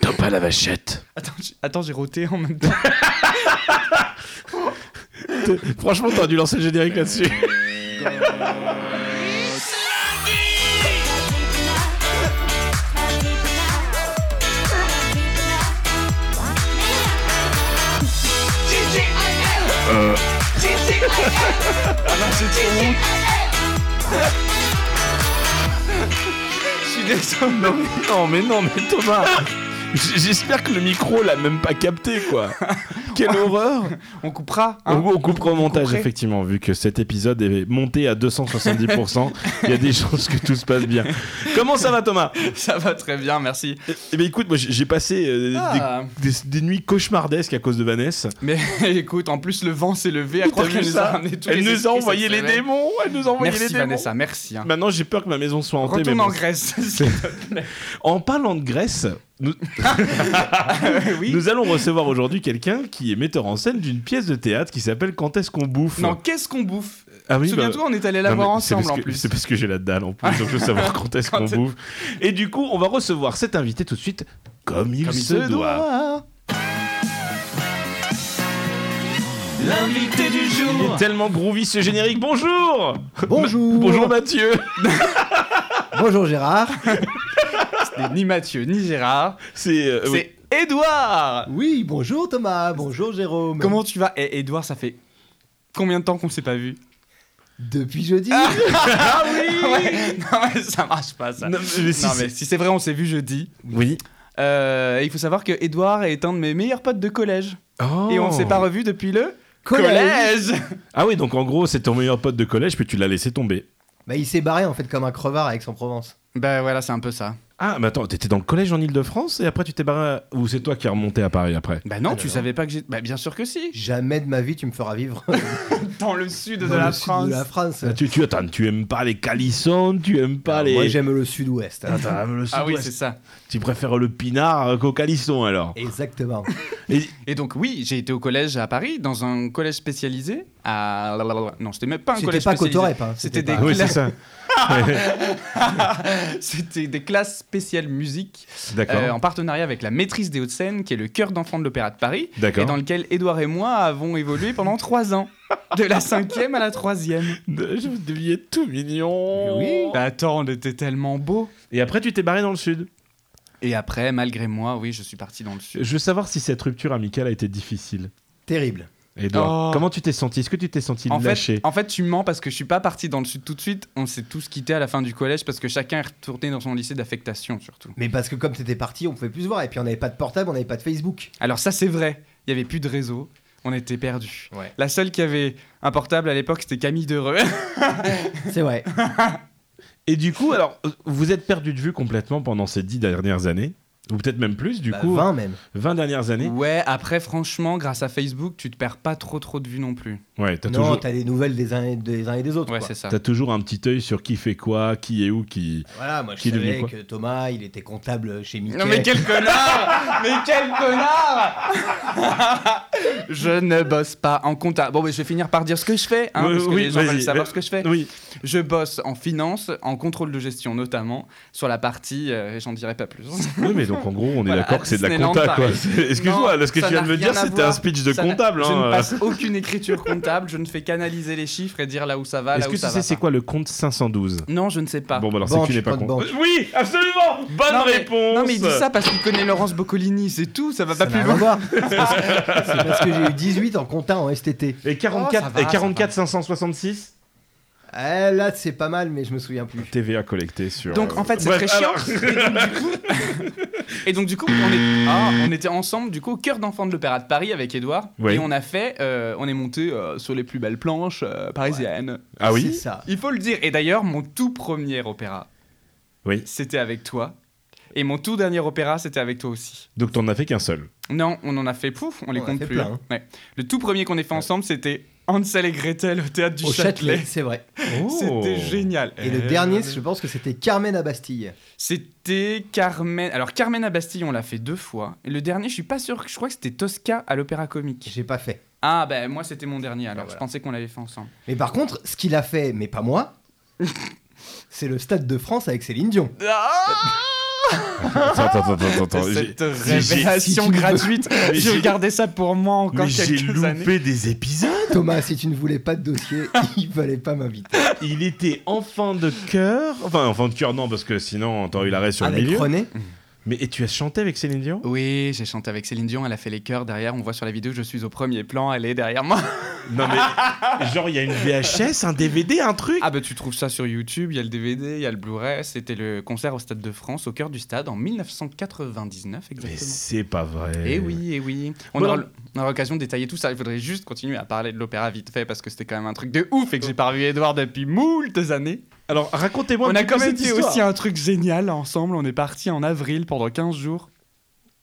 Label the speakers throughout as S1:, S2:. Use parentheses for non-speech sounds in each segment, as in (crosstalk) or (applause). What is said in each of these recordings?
S1: T'as pas la vachette.
S2: Attends, j'ai- Attends, j'ai roté en même temps.
S1: Franchement, t'aurais dû lancer le générique là-dessus.
S2: (laughs) Je suis désolé.
S1: Non mais non mais non mais (laughs) Thomas J- J'espère que le micro l'a même pas capté
S2: (laughs)
S1: quoi Quelle horreur
S2: On coupera.
S1: On,
S2: hein.
S1: on coupera au montage
S2: couperait.
S1: effectivement vu que cet épisode est monté à
S2: (laughs)
S1: 270% il y a des chances que tout se passe bien. Comment ça va Thomas
S2: Ça va très bien, merci.
S1: Eh ben écoute moi j'ai j'ai passé euh,
S2: Ah.
S1: des, des- des nuits cauchemardesques à cause de Vanessa.
S2: Mais (laughs) écoute, en plus, le vent s'est levé. À
S1: T'as
S2: croire
S1: vu
S2: qu'elle nous
S1: ça
S2: a ramené tous
S1: Elle
S2: les
S1: nous a
S2: esprits
S1: envoyé
S2: cette
S1: les
S2: semaine.
S1: démons, elle nous a envoyé les
S2: Merci,
S1: démons.
S2: Vanessa, merci. hein.
S1: Maintenant j'ai peur que ma maison soit hantée.
S2: Retourne
S1: mais
S2: en
S1: bon.
S2: Grèce.
S1: En parlant de Grèce, nous,
S2: (laughs) oui.
S1: nous allons recevoir aujourd'hui quelqu'un qui est metteur en scène d'une pièce de théâtre qui s'appelle Quand est-ce qu'on bouffe
S2: (laughs) Non, qu'est-ce qu'on bouffe
S1: Ah oui, bah-
S2: Souviens-toi, on est allé la
S1: Non, mais
S2: voir
S1: c'est
S2: ensemble
S1: parce
S2: en
S1: que-
S2: plus.
S1: C'est parce que j'ai la dalle en plus, donc je veux savoir quand est-ce qu'on
S2: (laughs) Quand-
S1: bouffe. Et du coup, on va recevoir cet invité tout de suite, comme il,
S2: Comme
S1: se, doit.
S2: L'invité du
S1: Il est
S2: jour.
S1: tellement groovy ce générique. Bonjour (laughs)
S3: Bonjour.
S1: Bonjour Mathieu
S3: Bonjour Gérard.
S2: Ni Mathieu, ni Gérard.
S1: C'est. euh, oui.
S2: C'est Edouard.
S3: Oui, bonjour Thomas. Bonjour Jérôme.
S2: Comment tu vas Eh, Edouard, ça fait combien de temps qu'on s'est pas vu
S3: Depuis jeudi.
S2: Ah (laughs) oui Non, mais ça marche pas ça.
S1: Non, mais si,
S2: non,
S1: c'est-
S2: mais si c'est vrai, on s'est vu jeudi.
S1: Oui.
S2: Euh, il faut savoir que Edouard est un de mes meilleurs potes de collège.
S1: Oh.
S2: Et on ne s'est pas revu depuis le
S3: Collège.
S2: collège.
S1: Ah oui, donc en gros, c'est ton meilleur pote de collège, puis tu l'as laissé tomber.
S3: Bah, il s'est barré en fait comme un crevard avec son Provence.
S2: Ben voilà, c'est un peu ça.
S1: Ah, mais attends, t'étais dans le collège en Ile-de-France et après tu t'es barré. à- Ou c'est toi qui es remonté à Paris après
S2: Bah non,
S3: Ah,
S2: tu
S3: non.
S2: savais pas que j'ai. Bah bien sûr que si.
S3: Jamais de ma vie tu me feras vivre
S2: Dans le sud de
S3: dans
S2: la
S3: le sud
S2: France.
S3: de la France.
S1: Ah, tu, tu, attends, tu aimes pas les calissons, tu aimes pas
S3: Alors,
S1: les.
S3: Moi j'aime le
S1: (laughs)
S3: sud-ouest. hein.
S1: Attends, le
S2: Ah oui,
S1: sud-ouest.
S2: c'est ça.
S1: tu préfères le pinard euh, qu'au calisson alors
S3: Exactement.
S1: Et-
S2: Et donc oui, j'ai été au collège à Paris, dans un collège spécialisé. À non, c'était même pas un
S3: C'était
S2: collège
S3: pas
S2: spécialisé.
S3: Cotorep, hein,
S2: C'était
S3: c'était
S2: des,
S3: pas-
S1: Ah oui,
S2: cla-
S1: c'est ça.
S2: c'était des classes spéciales musique
S1: D'accord.
S2: euh, en partenariat avec la maîtrise des Hauts-de-Seine, qui est le cœur d'enfants de l'Opéra de Paris,
S1: D'accord.
S2: et dans lequel Édouard et moi avons évolué pendant trois ans, de la cinquième à
S1: (laughs)
S2: la troisième.
S1: Je vous deviez tout mignon.
S2: Bah attends, on était tellement beaux.
S1: Et après, tu t'es barré dans le sud.
S2: Et après, malgré moi, oui, je suis parti dans le sud.
S1: Je veux savoir si cette rupture amicale a été difficile.
S3: Terrible.
S1: Edouard,
S2: Oh.
S1: comment tu t'es senti Est-ce que tu t'es senti
S2: En
S1: lâché
S2: fait, en fait, tu mens parce que je suis pas parti dans le sud tout de suite. On s'est tous quittés à la fin du collège parce que chacun est retourné dans son lycée d'affectation surtout.
S3: Mais parce que comme t'étais parti, on pouvait plus se voir et puis on n'avait pas de portable, on n'avait pas
S2: (laughs)
S3: de Facebook.
S2: Alors ça, c'est vrai. Il y avait plus de réseau. On était perdus.
S3: Ouais.
S2: La seule qui avait un portable à l'époque, c'était Camille Dereux. (laughs)
S3: C'est vrai.
S1: Et du coup, alors, euh, vous êtes perdu de vue complètement pendant ces dix dernières années Ou peut-être même plus, du
S3: Bah,
S1: coup.
S3: 20 même.
S1: 20 dernières années
S2: ouais, après, franchement, grâce à Facebook, tu te perds pas trop trop de vues non plus.
S1: Ouais, t'as
S3: Non,
S1: toujours.
S3: t'as des nouvelles des uns, et- des uns et des autres.
S2: Ouais,
S3: quoi.
S2: c'est ça.
S1: T'as toujours un petit œil sur qui fait quoi, qui est où, qui.
S3: Voilà, moi je
S1: Qui est devenu
S3: savais
S1: quoi
S3: que Thomas, il était comptable chez Mickey.
S2: Non mais quel connard
S1: (laughs)
S2: Mais quel connard Je ne bosse pas en compta. Bon, mais je vais finir par dire ce que je fais, hein,
S1: Oui,
S2: parce que
S1: oui,
S2: les gens
S1: vas-y.
S2: veulent savoir ce que je fais.
S1: Oui.
S2: Je bosse en finance, en contrôle de gestion notamment, sur la partie, euh, j'en dirai pas plus.
S1: Oui, mais donc en gros, on est
S2: Voilà,
S1: d'accord que c'est de la
S2: Disneyland
S1: compta, quoi.
S2: Paris.
S1: C'est- Excuse-moi,
S2: Non,
S1: là, ce que
S2: ça
S1: tu viens
S2: n'a
S1: de me
S2: rien
S1: dire,
S2: à
S1: c'était un
S2: voir.
S1: speech de
S2: Ça n'a-
S1: comptable.
S2: Je
S1: hein,
S2: ne
S1: euh.
S2: passe aucune écriture comptable, je ne fais qu'analyser les chiffres et dire là où ça va, là
S1: Est-ce
S2: où
S1: que tu
S2: ça
S1: sais
S2: va.
S1: c'est
S2: pas.
S1: quoi le compte 512
S2: Non, je ne sais pas.
S1: Bon, bah alors c'est
S3: Banque,
S1: que tu n'es pas
S3: pas de
S1: con.
S3: banque.
S1: Oui, absolument (laughs) Bonne
S2: non, mais,
S1: réponse
S2: Non mais il dit ça parce qu'il connaît Laurence Boccolini, c'est tout, ça va
S3: Ça
S2: pas
S3: n'a
S2: plus
S3: rien à
S2: loin.
S3: voir. C'est parce que- c'est parce que j'ai eu 18 en compta en STT.
S1: Et 44,
S2: Oh, ça va,
S1: et
S2: ça
S1: 44 566
S3: Eh, là, c'est pas mal, mais je me souviens plus.
S1: TVA collectée sur. euh,
S2: Donc en fait c'est
S1: Bref,
S2: très chiant.
S1: alors-
S2: Et donc, du coup, et donc, du coup, (laughs) on, est- ah, on était ensemble du coup au cœur d'enfant de l'Opéra de Paris avec Edouard
S1: Oui.
S2: et on a fait, euh, on est monté euh, sur les plus belles planches euh, parisiennes.
S1: Ah
S3: C'est
S1: oui
S3: ça.
S2: Il faut le dire. Et d'ailleurs mon tout premier opéra,
S1: Oui.
S2: c'était avec toi. Et mon tout dernier opéra c'était avec toi aussi.
S1: Donc t'en as fait qu'un seul.
S2: Non, on en a fait pouf, on, les
S3: en a
S2: compte
S3: fait
S2: plus.
S3: plein, hein.
S2: Ouais. Le tout premier qu'on ait fait ensemble c'était Hansel et Gretel au théâtre du
S3: Au Châtelet,
S2: Châtelet.
S3: c'est vrai.
S2: (laughs)
S1: Oh.
S2: C'était génial.
S3: Et le
S2: Euh,
S3: dernier, je pense que c'était Carmen à Bastille.
S2: C'était Carmen. Alors Carmen à Bastille, on l'a fait deux fois. Et le dernier, je suis pas sûr. que- Je crois que c'était Tosca à l'Opéra Comique.
S3: J'ai pas fait.
S2: Ah ben moi c'était mon dernier. Alors
S1: Ah,
S3: Ben
S2: je
S3: voilà.
S2: pensais qu'on l'avait fait ensemble.
S3: Mais par contre, ce qu'il a fait, mais pas moi, c'est le Stade de France avec Céline Dion.
S2: Ah
S1: Attends, attends, attends,
S2: (laughs)
S1: attends.
S2: Cette
S1: j'ai- j'ai-
S2: révélation gratuite,
S1: (laughs) Mais
S2: je
S1: j'ai-
S2: vais garder ça pour moi encore
S1: Mais j'ai
S2: quelques
S1: loupé
S2: années.
S1: des épisodes.
S3: Thomas, si tu ne voulais pas de dossier, il fallait pas m'inviter.
S1: (laughs) Il était enfant de cœur. Enfin, enfant de cœur, non, parce que sinon, t'aurais eu l'arrêt sur le
S3: Avec
S1: milieu.
S3: René,
S1: Mais et tu as chanté avec Céline Dion
S2: Oui, j'ai chanté avec Céline Dion, elle a fait les chœurs derrière. On voit sur la vidéo, je suis au premier plan, elle est derrière (laughs) moi.
S1: Non, mais genre, il y a une VHS, un DVD, un truc.
S2: Ah, bah tu trouves ça sur YouTube, il y a le DVD, il y a le Blu-ray. C'était le concert au Stade de France, au cœur du stade, en 1999
S1: mais
S2: exactement.
S1: c'est pas vrai.
S2: Eh oui, eh oui. On,
S1: Bon,
S2: aura,
S1: non.
S2: l- on aura l'occasion de détailler tout ça. Il faudrait juste continuer à parler de l'opéra vite fait parce que c'était quand même un truc de ouf et que j'ai pas revu Edouard depuis moultes années.
S1: Alors, racontez-moi.
S2: on
S1: un
S2: a
S1: petit
S2: quand
S1: peu
S2: même
S1: cette
S2: fait
S1: histoire.
S2: aussi un truc génial ensemble. On est parti en avril pendant 15 jours.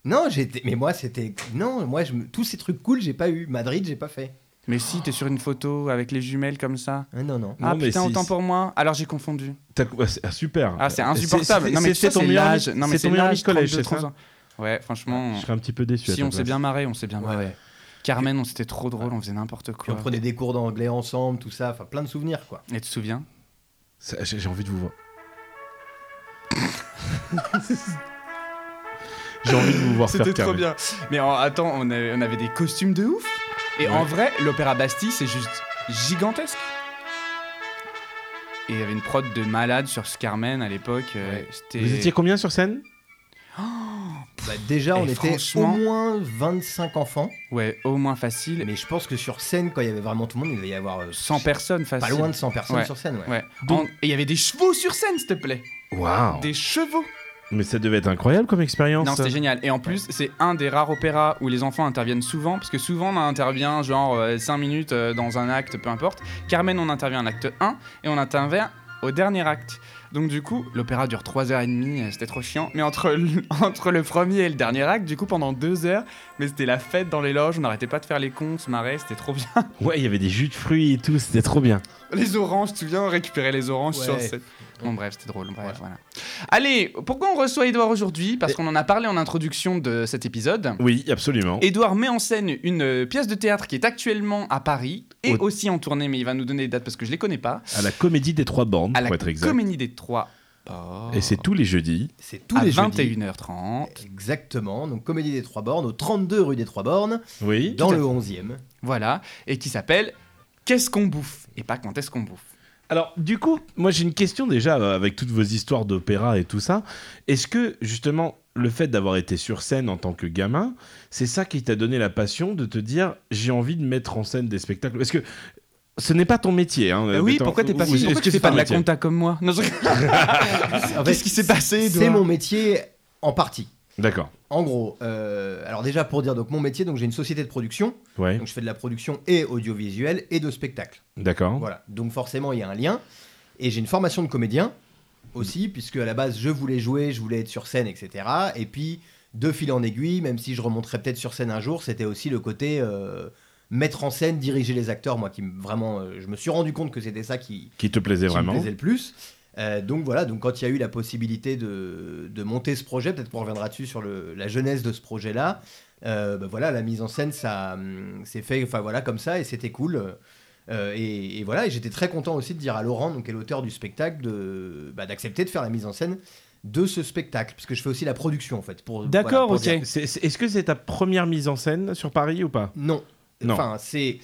S3: non, j'étais, mais moi c'était, non, moi je me- tous ces trucs cool, j'ai pas eu. Madrid, j'ai pas fait.
S2: Mais si, t'es sur une photo avec les jumelles comme ça.
S3: Hein, Non, non.
S2: ah
S1: Non, mais
S2: putain,
S1: si,
S2: autant
S1: si.
S2: pour moi. Alors j'ai confondu.
S1: T'as- ouais, c'est- ah, super.
S2: Ah, c'est insupportable.
S1: C'est-
S2: Non, mais
S1: c'est
S2: c'est
S1: ton
S2: ton
S1: meilleur
S2: l'âge.
S1: ami-
S2: Non, mais
S1: c'est ton
S2: c'est
S1: meilleur ami
S2: l'âge,
S1: de collège,
S2: 32,
S1: c'est ça
S2: 33 ans. Ouais, franchement.
S1: Je serais un petit peu déçu. à
S2: Si
S1: ta
S2: on s'est
S1: place.
S2: bien marré, on s'est bien marré.
S3: ouais.
S2: Carmen, on s'était trop drôle, on faisait n'importe
S3: Puis on
S2: Ah quoi.
S3: prenait des cours d'anglais ensemble, tout ça, enfin plein de souvenirs quoi.
S2: Et tu te souviens
S1: Ça, J'ai j'ai envie de vous voir.
S2: (laughs)
S1: J'ai envie de vous voir faire
S2: C'était trop
S1: carré.
S2: bien. Mais en- attends, on, a- on avait des costumes de ouf. Et en vrai, l'opéra Bastille, c'est juste gigantesque. Et il y avait une prod de malade sur Scarmen à l'époque. euh, C'était.
S1: Vous étiez combien sur scène
S3: Bah, déjà,
S2: Et
S3: on était
S2: franchement-
S3: au moins 25 enfants,
S2: Ouais, au moins facile.
S3: mais je pense que sur scène, quand il y avait vraiment tout le monde, il devait y avoir euh,
S2: 100 personnes facile.
S3: Pas loin de 100 personnes
S2: Ouais.
S3: sur scène, ouais.
S2: Ouais. En- Et il y avait des chevaux sur scène, s'il te plaît.
S1: Waouh
S2: Des chevaux.
S1: Mais ça devait être incroyable comme expérience.
S2: Non, c'était génial. Et en plus, c'est un des rares opéras où les enfants interviennent souvent, parce que souvent on intervient genre 5 minutes euh, dans un acte, peu importe. Carmen, on intervient à l'acte 1 et on intervient au dernier acte. Donc du coup, l'opéra dure 3h30, euh, c'était trop chiant. Mais entre le, (laughs) entre le premier et le dernier acte, du coup, pendant 2 heures, mais c'était la fête dans les loges, on n'arrêtait pas de faire les cons, on se marrait, c'était trop bien. (laughs)
S1: Ouais, il y avait des jus de fruits et tout, c'était trop bien.
S2: Les oranges, tu viens récupérer les oranges
S3: Ouais.
S2: sur cette... Bon bref, c'était drôle. bref, voilà. Allez, pourquoi on reçoit Edouard aujourd'hui Parce qu'on en a parlé en introduction de cet épisode.
S1: Oui, absolument.
S2: Edouard met en scène une euh, pièce de théâtre qui est actuellement à Paris et
S1: Au-
S2: aussi en tournée, mais il va nous donner les dates parce que je les connais pas.
S1: À la comédie des trois bornes,
S2: À la
S1: pour être exact.
S2: Comédie des Trois. Bords,
S1: Et c'est tous les jeudis.
S3: C'est tous
S2: à
S3: les jeudis.
S2: 21h30.
S3: Exactement, donc Comédie des Trois Bornes, au 32 rue des Trois Bornes,
S1: Oui.
S3: dans le 11e.
S2: Voilà, et qui s'appelle Qu'est-ce qu'on bouffe Et pas quand est-ce qu'on bouffe.
S1: Alors, du coup, moi j'ai une question déjà euh, avec toutes vos histoires d'opéra et tout ça. Est-ce que justement le fait d'avoir été sur scène en tant que gamin, c'est ça qui t'a donné la passion de te dire j'ai envie de mettre en scène des spectacles Parce que ce n'est pas ton métier. Hein,
S2: Ah oui,
S1: mettons-
S2: pourquoi t'es pas
S1: ou- est-ce
S2: Pourquoi
S1: que
S2: tu fais
S1: c'est
S2: pas
S1: ton
S2: de la
S1: métier
S2: compta comme moi Non, je-
S3: En fait,
S2: Qu'est-ce qui s'est passé,
S3: C'est
S2: Edouard
S3: mon métier en partie.
S1: D'accord.
S3: En gros, euh, alors déjà pour dire donc mon métier, donc j'ai une société de production,
S1: Ouais,
S3: donc je fais de la production et audiovisuelle et de spectacle.
S1: d'accord.
S3: Voilà, donc forcément il y a un lien. Et j'ai une formation de comédien aussi, puisque à la base je voulais jouer, je voulais être sur scène, etc. Et puis de fil en aiguille, même si je remonterais peut-être sur scène un jour, c'était aussi le côté euh, mettre en scène, diriger les acteurs, moi qui me- vraiment, euh, je me suis rendu compte que c'était ça qui,
S1: Qui te plaisait
S3: qui me
S1: vraiment
S3: plaisait le plus. Euh, donc voilà, donc quand il y a eu la possibilité de, de monter ce projet, peut-être qu'on reviendra dessus sur le- la jeunesse de ce projet-là, euh, bah voilà, la mise en scène, ça hum, s'est fait enfin voilà, comme ça et c'était cool. Euh, et, et voilà, et j'étais très content aussi de dire à Laurent, donc, qui est l'auteur du spectacle, de- bah, d'accepter de faire la mise en scène de ce spectacle, puisque je fais aussi la production en fait. pour- voilà,
S1: D'accord,
S3: pour
S1: ok.
S3: dire-
S1: C'est- c'est- Est-ce que c'est ta première mise en scène sur Paris ou pas
S3: non.
S1: Non.
S3: Enfin, c'est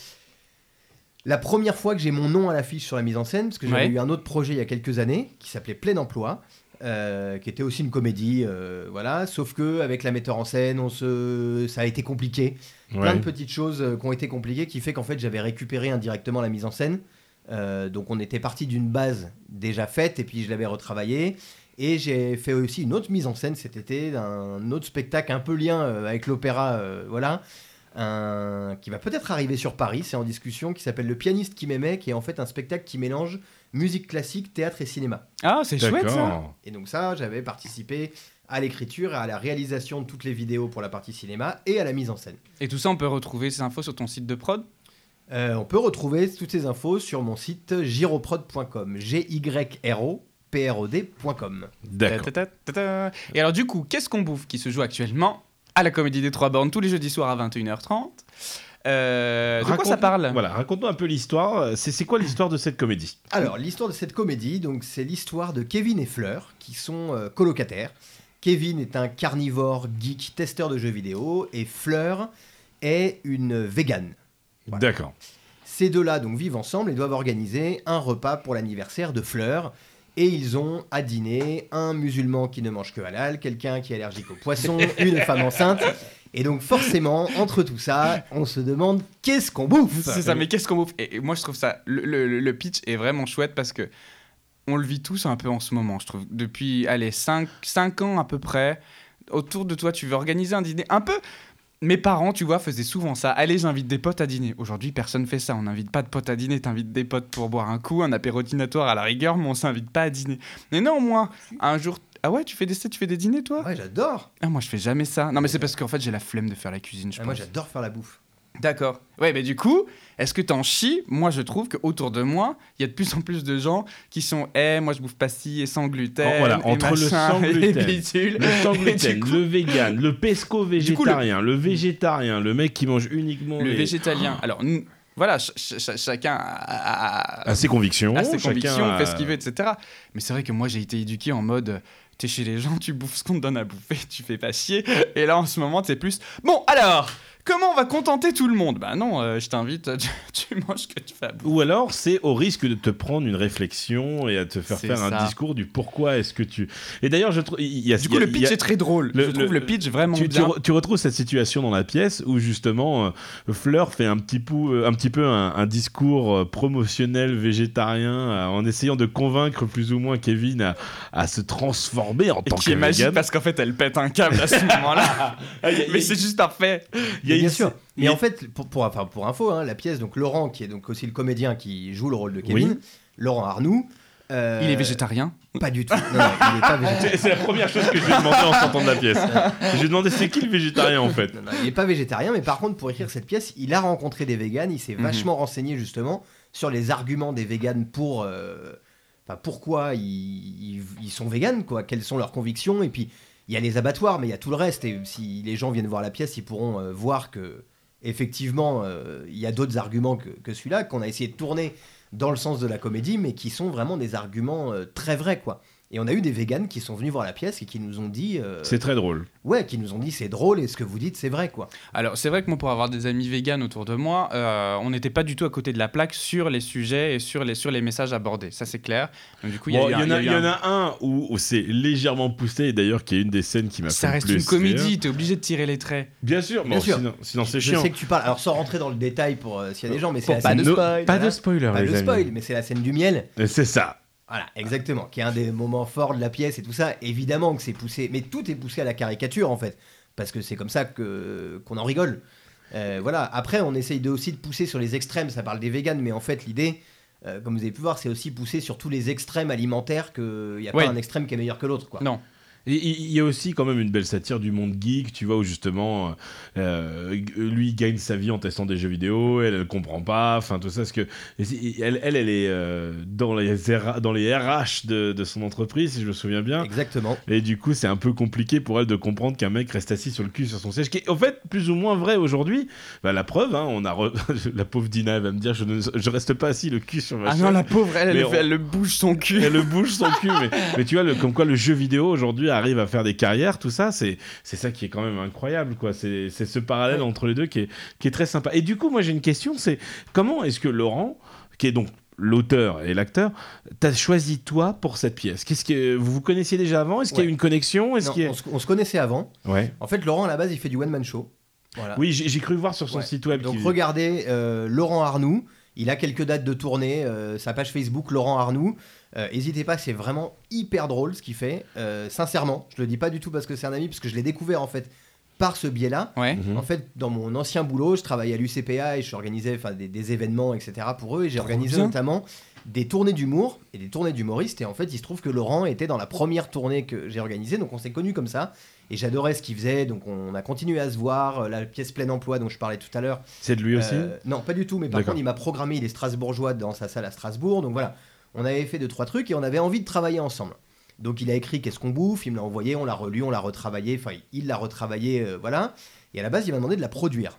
S3: la première fois que j'ai mon nom à l'affiche sur la mise en scène, parce que j'avais
S2: Ouais.
S3: eu un autre projet il y a quelques années qui s'appelait Plein Emploi, euh, qui était aussi une comédie, euh, voilà. Sauf que avec la metteur en scène, on se, ça a été compliqué. Plein
S1: Ouais.
S3: de petites choses euh, qui ont été compliquées, qui fait qu'en fait j'avais récupéré indirectement la mise en scène. Euh, donc on était parti d'une base déjà faite et puis je l'avais retravaillée. Et j'ai fait aussi une autre mise en scène cet été d'un autre spectacle un peu lien euh, avec l'opéra, euh, voilà, un- qui va peut-être arriver sur Paris, c'est en discussion, qui s'appelle Le pianiste qui m'aimait, qui est en fait un spectacle qui mélange musique classique, théâtre et cinéma.
S2: Ah, c'est chouette ça.
S1: D'accord.
S3: Et donc ça, j'avais participé à l'écriture, à la réalisation de toutes les vidéos pour la partie cinéma et à la mise en scène.
S2: Et tout ça, on peut retrouver ces infos sur ton site de prod.
S3: Euh, on peut retrouver toutes ces infos sur mon site gyroprod.com, g y r o p r o d.com.
S1: D'accord.
S2: Ta- ta- ta- ta- ta. Et alors du coup, qu'est-ce qu'on bouffe qui se joue actuellement à la Comédie des Trois Bornes tous les jeudis soirs à 21h30 Euh, De quoi
S1: Raconte-
S2: ça parle
S1: Voilà, raconte-nous un peu l'histoire. C'est c'est quoi l'histoire de cette comédie
S3: Alors, l'histoire de cette comédie, donc c'est l'histoire de Kevin et Fleur qui sont euh, colocataires Kevin est un carnivore geek testeur de jeux vidéo et Fleur est une végane. Voilà.
S1: D'accord.
S3: Ces deux-là donc vivent ensemble et doivent organiser un repas pour l'anniversaire de Fleur. Et ils ont à dîner un musulman qui ne mange que halal, quelqu'un qui est allergique aux poissons, une femme enceinte. Et donc forcément, entre tout ça, on se demande qu'est-ce qu'on bouffe
S2: C'est ça, mais qu'est-ce qu'on bouffe et, et moi, je trouve ça. Le, le- le pitch est vraiment chouette parce que on le vit tous un peu en ce moment, je trouve. Depuis, allez, 5, ans à peu près, autour de toi, tu veux organiser un dîner un peu. Mes parents, tu vois, faisaient souvent ça. Allez, j'invite des potes à dîner. Aujourd'hui, personne fait ça. On n'invite pas de potes à dîner. T'invites des potes pour boire un coup, un apérodinatoire à la rigueur, mais on s'invite pas à dîner. Mais non, moi, un jour. Ah ouais, tu fais des tu fais des dîners, toi
S3: Ouais, j'adore
S2: Ah, moi, je fais jamais ça. Non, mais c'est parce qu'en fait, j'ai la flemme de faire la cuisine, je
S3: Ah, Moi,
S2: pense.
S3: j'adore faire la bouffe.
S2: D'accord. Ouais, mais du coup, est-ce que t'en chies Moi, je trouve qu'autour de moi, il y a de plus en plus de gens qui sont Eh, moi, je bouffe pas ci et sans gluten.
S1: Oh, voilà,
S2: et
S1: entre le
S2: machin,
S1: sans
S2: (laughs) et
S1: gluten,
S2: bidule.
S1: Le sans
S2: Et du
S1: gluten,
S2: coup-
S1: le vegan, le
S2: Du coup, le-
S1: pesco-végétarien, le... végétarien, le mec qui mange uniquement
S2: le
S1: les- (laughs)
S2: végétalien. Alors, nous- voilà, ch- ch- chacun a- a- a-
S1: à ses convictions.
S2: à ses
S1: chacun
S2: convictions,
S1: a-
S2: fait ce qu'il veut, etc. Mais c'est vrai que moi, j'ai été éduqué en mode euh, t'es chez les gens, tu bouffes ce qu'on te donne à bouffer, (laughs) tu fais pas chier. Et là, en ce moment, t'es plus bon, alors, comment on va contenter tout le monde Bah non, euh, je t'invite, (laughs) tu, tu manges ce que tu fais à bouffer.
S1: Ou alors, c'est au risque de te prendre une réflexion et à te faire
S2: C'est
S1: faire
S2: ça.
S1: un discours du pourquoi est-ce que tu. Et d'ailleurs, je trouve. il y a-
S2: Du
S1: il
S2: coup,
S1: y a-
S2: le
S1: il y
S2: pitch
S1: a-
S2: est très drôle.
S1: le-
S2: je trouve
S1: le-
S2: le, pitch vraiment
S1: Tu, tu
S2: bien.
S1: re- tu retrouves cette situation dans la pièce où justement euh, Fleur fait un petit, pou- euh, un petit peu un, un discours euh, promotionnel végétarien euh, en essayant de convaincre plus ou moins Kevin à, à se transformer en
S2: Et
S1: tant
S2: qui
S1: que
S2: est magique
S1: vegan. Ah,
S2: parce qu'en fait, elle pète un câble à ce (laughs) moment-là. Mais c'est juste parfait.
S1: Il y a
S3: bien
S1: une-
S3: sûr.
S1: il
S3: Mais
S1: y a-
S3: en fait, pour, pour, enfin, pour info, hein, la pièce, donc Laurent, qui est donc aussi le comédien qui joue le rôle de Kevin,
S1: Oui.
S3: Laurent Arnoux. euh,
S2: Il est végétarien.
S3: Pas du tout. Non, non, il est pas végétarien.
S1: C'est c'est la première chose que je lui ai demandé en sortant de la pièce. Je lui ai demandé c'est qui le végétarien en fait.
S3: Non, non, il est pas végétarien, mais par contre, pour écrire cette pièce, il a rencontré des véganes, il s'est
S2: Mhm.
S3: vachement renseigné justement sur les arguments des véganes pour. euh, enfin, pourquoi ils, ils- ils sont véganes, quoi, quelles sont leurs convictions, et puis il y a les abattoirs, mais il y a tout le reste, et si les gens viennent voir la pièce, ils pourront euh, voir que, effectivement, euh, il y a d'autres arguments que, que celui-là, qu'on a essayé de tourner dans le sens de la comédie, mais qui sont vraiment des arguments euh, très vrais, quoi. Et on a eu des véganes qui sont venus voir la pièce et qui nous ont dit, euh,
S1: C'est très drôle.
S3: ouais, qui nous ont dit c'est drôle et ce que vous dites c'est vrai, quoi.
S2: Alors, c'est vrai que moi, pour avoir des amis véganes autour de moi, euh, on n'était pas du tout à côté de la plaque sur les sujets et sur les, sur les messages abordés. Ça, c'est clair. Donc, du coup, il
S1: Bon,
S2: y
S1: Il
S2: a
S1: y,
S2: eu
S1: en
S2: un-
S1: a- il
S2: il y
S1: y
S2: a eu
S1: en
S2: un-
S1: a un où, où c'est légèrement poussé, et d'ailleurs qui est une des scènes qui m'a fait
S2: Ça
S1: le
S2: reste
S1: plus
S2: une comédie,
S1: rire.
S2: t'es obligé de tirer les traits.
S1: Bien sûr,
S3: Bien
S1: bon,
S3: sûr.
S1: sinon, sinon c'est
S3: Je
S1: chiant.
S3: sais que tu parles. Alors sans rentrer dans le détail pour euh, s'il y a des gens, mais c'est
S1: Pour
S3: la scène
S1: no-
S3: voilà.
S1: spoiler,
S3: Pas
S1: les
S3: de
S1: amis.
S3: spoil, mais c'est la scène du miel.
S1: Et C'est ça.
S3: Voilà, exactement. Qui est un des moments forts de la pièce et tout ça. Évidemment que c'est poussé, mais tout est poussé à la caricature en fait, parce que c'est comme ça que qu'on en rigole. Euh, voilà. Après, on essaye de aussi de pousser sur les extrêmes. Ça parle des véganes, mais en fait, l'idée, euh, comme vous avez pu voir, c'est aussi pousser sur tous les extrêmes alimentaires. Que il y a
S2: Ouais.
S3: pas un extrême qui est meilleur que l'autre, quoi.
S2: Non.
S1: Et Il il y a aussi quand même une belle satire du monde geek, tu vois, où justement, euh, euh, lui gagne sa vie en testant des jeux vidéo, elle, elle comprend pas, enfin tout ça, parce que et c'est- elle, elle, elle est euh, dans, les RA dans les RH de, de son entreprise, si je me souviens bien.
S3: Exactement.
S1: Et du coup, c'est un peu compliqué pour elle de comprendre qu'un mec reste assis sur le cul sur son siège, qui est en fait plus ou moins vrai aujourd'hui. Bah, la preuve, hein, on a re- (laughs) la pauvre Dina, elle va me dire, je, ne, je reste pas assis le cul sur ma
S2: Ah
S1: chaise.
S2: non, la pauvre, elle,
S1: Mais
S2: elle,
S1: on-
S2: fait- elle le bouge son cul.
S1: (laughs) Elle le bouge son cul, mais, mais tu vois, le, comme quoi le jeu vidéo aujourd'hui arrive à faire des carrières, tout ça, c'est c'est ça qui est quand même incroyable, quoi. C'est c'est ce parallèle entre les deux qui est, qui est très sympa. Et du coup, moi j'ai une question, c'est comment est-ce que Laurent, qui est donc l'auteur et l'acteur, t'as choisi toi pour cette pièce Qu'est-ce que vous vous connaissiez déjà avant Est-ce qu'il y a
S3: Ouais.
S1: eu une connexion Est-ce
S3: Non,
S1: qu'il y a-
S3: on, se, on se connaissait avant.
S1: Ouais.
S3: En fait, Laurent à la base, il fait du one man show. Voilà.
S1: Oui, j'ai j'ai cru voir sur son
S3: Ouais.
S1: site web.
S3: Donc
S1: qu'il-
S3: regardez euh, Laurent Arnoux. Il a quelques dates de tournée. euh, sa page Facebook, Laurent Arnoux. Euh, N'hésitez pas, c'est vraiment hyper drôle ce qu'il fait. Euh, sincèrement, je le dis pas du tout parce que c'est un ami, parce que je l'ai découvert en fait par ce biais-là.
S2: Ouais.
S1: Mhm.
S3: En fait, dans mon ancien boulot, je travaillais à l'UCPA et je organisais enfin, des, des événements, etc. pour eux. Et j'ai organisé
S2: bien.
S3: notamment des tournées d'humour et des tournées d'humoristes. Et en fait, il se trouve que Laurent était dans la première tournée que j'ai organisée. Donc, on s'est connus comme ça. Et j'adorais ce qu'il faisait. Donc, on a continué à se voir. Euh, La pièce plein emploi dont je parlais tout à l'heure.
S1: C'est de lui aussi
S3: Euh, Non, pas du tout. Mais par
S1: D'accord.
S3: contre, il m'a programmé. Il est strasbourgeois dans sa salle à Strasbourg. Donc, voilà. On avait fait deux, trois trucs et on avait envie de travailler ensemble. Donc, il a écrit Qu'est-ce qu'on bouffe Il me l'a envoyé. On l'a relu. On l'a retravaillé. Enfin, il l'a retravaillé. euh, voilà. Et à la base, il m'a demandé de la produire.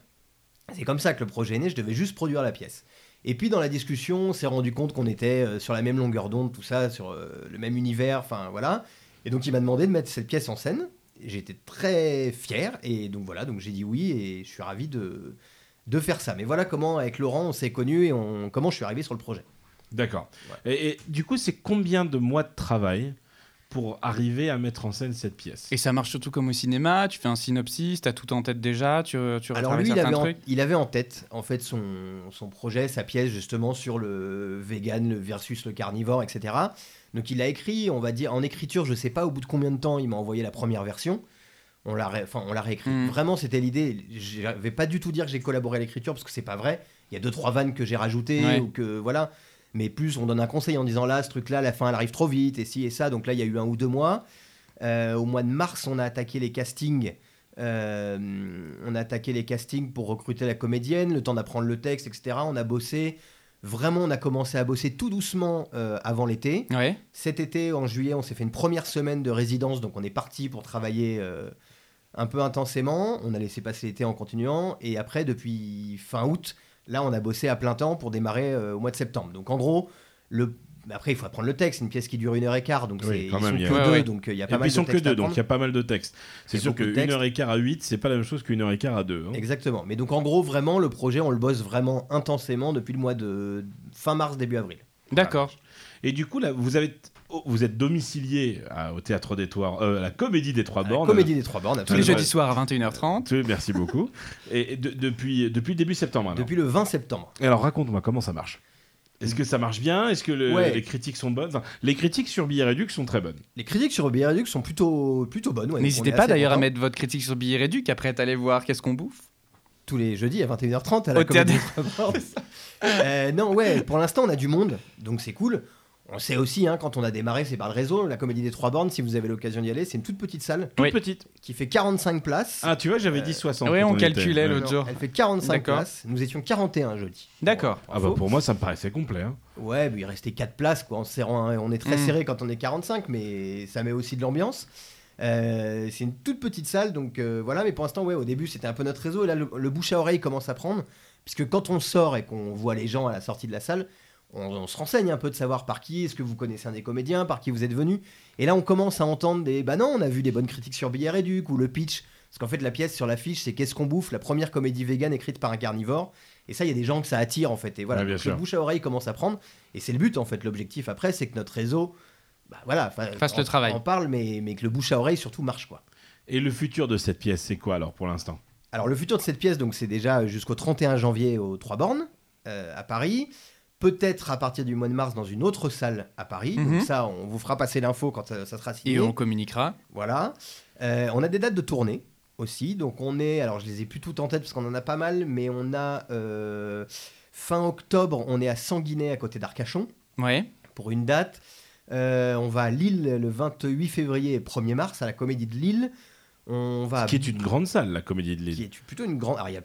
S3: C'est comme ça que le projet est né, je devais juste produire la pièce. Et puis dans la discussion, on s'est rendu compte qu'on était euh, sur la même longueur d'onde, tout ça, sur euh, le même univers, enfin voilà. Et donc il m'a demandé de mettre cette pièce en scène. J'étais très fier et donc voilà, donc j'ai dit oui et je suis ravi de, de faire ça. Mais voilà comment avec Laurent on s'est connus et on, comment je suis arrivé sur le projet.
S1: D'accord. Et, et du coup, c'est combien de mois de travail pour arriver à mettre en scène cette pièce
S2: Et ça marche surtout comme au cinéma, tu fais un synopsis, t'as tout en tête déjà, tu, tu
S3: Alors
S2: retravailles
S3: lui, il
S2: certains
S3: avait, en,
S2: trucs.
S3: il avait en tête en fait son, son projet, sa pièce justement sur le vegan le versus le carnivore, etc. Donc il a écrit, on va dire en écriture, je sais pas au bout de combien de temps, il m'a envoyé la première version. On l'a, ré- enfin on l'a réécrit.
S2: Mm.
S3: Vraiment, c'était l'idée. Je vais pas du tout dire que j'ai collaboré à l'écriture parce que c'est pas vrai. Il y a deux trois vannes que j'ai rajoutées
S2: Ouais.
S3: ou que voilà. Mais plus on donne un conseil en disant là, ce truc-là, la fin elle arrive trop vite et si et ça. Donc là, il y a eu un ou deux mois. Euh, au mois de mars, on a attaqué les castings. Euh, on a attaqué les castings pour recruter la comédienne, le temps d'apprendre le texte, etc. On a bossé. Vraiment, on a commencé à bosser tout doucement euh, avant l'été.
S2: Ouais.
S3: Cet été, en juillet, on s'est fait une première semaine de résidence, donc on est parti pour travailler euh, un peu intensément. On a laissé passer l'été en continuant. Et après, depuis fin août, là, on a bossé à plein temps pour démarrer euh, au mois de septembre. Donc en gros, le... mais après, il faut apprendre le texte. Une pièce qui dure une heure et quart, donc
S1: Oui,
S3: c'est- ils
S1: quand
S3: sont
S1: même, il y
S3: que
S1: a-
S2: Ouais,
S3: deux,
S2: ouais.
S3: donc euh, il y a
S1: Et
S3: pas
S1: puis
S3: mal
S1: ils sont
S3: de
S1: que
S3: textes à
S1: deux, donc il y
S3: apprendre.
S1: a pas mal de textes. C'est
S3: Il y a
S1: sûr
S3: beaucoup de
S1: qu'une
S3: textes.
S1: heure et quart à 8, c'est pas la même chose qu'une heure et quart à deux. hein.
S3: Exactement. Mais donc en gros, vraiment, le projet, on le bosse vraiment intensément depuis le mois de fin mars, début avril.
S2: D'accord.
S1: Et du coup, là, vous, avez oh, vous êtes domicilié à- au théâtre des Trois, euh, à la Comédie des Trois
S3: La
S1: Bornes.
S3: Comédie des trois bornes,
S2: Tous
S1: Ouais.
S2: les
S3: absolument.
S2: jeudis soirs à 21h30.
S1: Oui, merci
S3: (laughs)
S1: beaucoup. Et et de- depuis, depuis le début septembre. alors.
S3: Depuis le 20 septembre.
S1: Et Alors raconte-moi comment ça marche. Est-ce que ça marche bien Est-ce que le-
S3: Ouais.
S1: les critiques sont bonnes Enfin, Les critiques sur Billet Réduc sont très bonnes.
S3: Les critiques sur Billet Redux sont plutôt, plutôt bonnes. ouais,
S2: N'hésitez
S3: donc on est
S2: pas
S3: assez
S2: d'ailleurs à
S3: content.
S2: mettre votre critique sur Billet Réduc, après t'allais voir qu'est-ce qu'on bouffe.
S3: Tous les jeudis à 21h30 à la
S2: Au théâtre
S3: Comédie des Trois Bornes. (laughs) Euh, non, ouais, pour l'instant, on a du monde, donc c'est cool. On sait aussi, hein, quand on a démarré, c'est par le réseau. La Comédie des Trois Bornes, si vous avez l'occasion d'y aller, c'est une toute petite salle
S1: Toute
S2: Oui.
S1: petite.
S3: qui fait 45 places.
S1: Ah, tu vois, j'avais
S3: Euh,
S1: dit 60.
S2: oui,
S1: quand
S2: on
S1: était.
S2: calculait
S1: Ouais.
S2: le- l'autre
S3: Non,
S2: jour.
S3: Elle fait 45
S2: D'accord.
S3: places. Nous étions 41 jeudi.
S2: D'accord.
S1: Ah bah pour moi, ça me paraissait complet. hein.
S3: Ouais, mais il restait 4 places, quoi. On, se serre en- on est très
S2: Mm.
S3: serré quand on est 45, mais ça met aussi de l'ambiance. Euh, c'est une toute petite salle, donc euh, voilà. Mais pour l'instant, ouais, au début, c'était un peu notre réseau. Et là, le, le bouche à oreille commence à prendre, puisque quand on sort et qu'on voit les gens à la sortie de la salle, on, on se renseigne un peu de savoir par qui, est-ce que vous connaissez un des comédiens, par qui vous êtes venu. Et là, on commence à entendre des. Bah non, on a vu des bonnes critiques sur Billard et Duc ou le pitch. Parce qu'en fait, la pièce sur l'affiche, c'est Qu'est-ce qu'on bouffe La première comédie végane écrite par un carnivore. Et ça, il y a des gens que ça attire, en fait. Et voilà,
S1: Ouais, bien
S3: donc,
S1: sûr.
S3: le bouche à oreille commence à prendre. Et c'est le but, en fait. L'objectif après, c'est que notre réseau. Bah voilà, fa-
S2: Fasse
S3: on-
S2: le travail.
S3: On parle, mais, mais que le bouche à oreille surtout marche, quoi.
S1: Et le futur de cette pièce, c'est quoi alors pour l'instant
S3: Alors le futur de cette pièce, donc c'est déjà jusqu'au 31 janvier aux Trois Bornes euh, à Paris. Peut-être à partir du mois de mars dans une autre salle à Paris.
S2: Mhm.
S3: Donc ça, on vous fera passer l'info quand euh, ça, ça sera signé.
S2: Et on communiquera.
S3: Voilà. Euh, on a des dates de tournée aussi. Donc on est, alors je les ai plus toutes en tête parce qu'on en a pas mal, mais on a euh, fin octobre, on est à Sanguinet à côté d'Arcachon
S2: Ouais.
S3: pour une date. Euh, on va à Lille le 28 février et 1er mars à la Comédie de Lille. On va à
S1: Ce qui est une grande salle, la Comédie de
S3: Ah, qui
S1: Lille.
S3: est plutôt une grande. Alors, il y a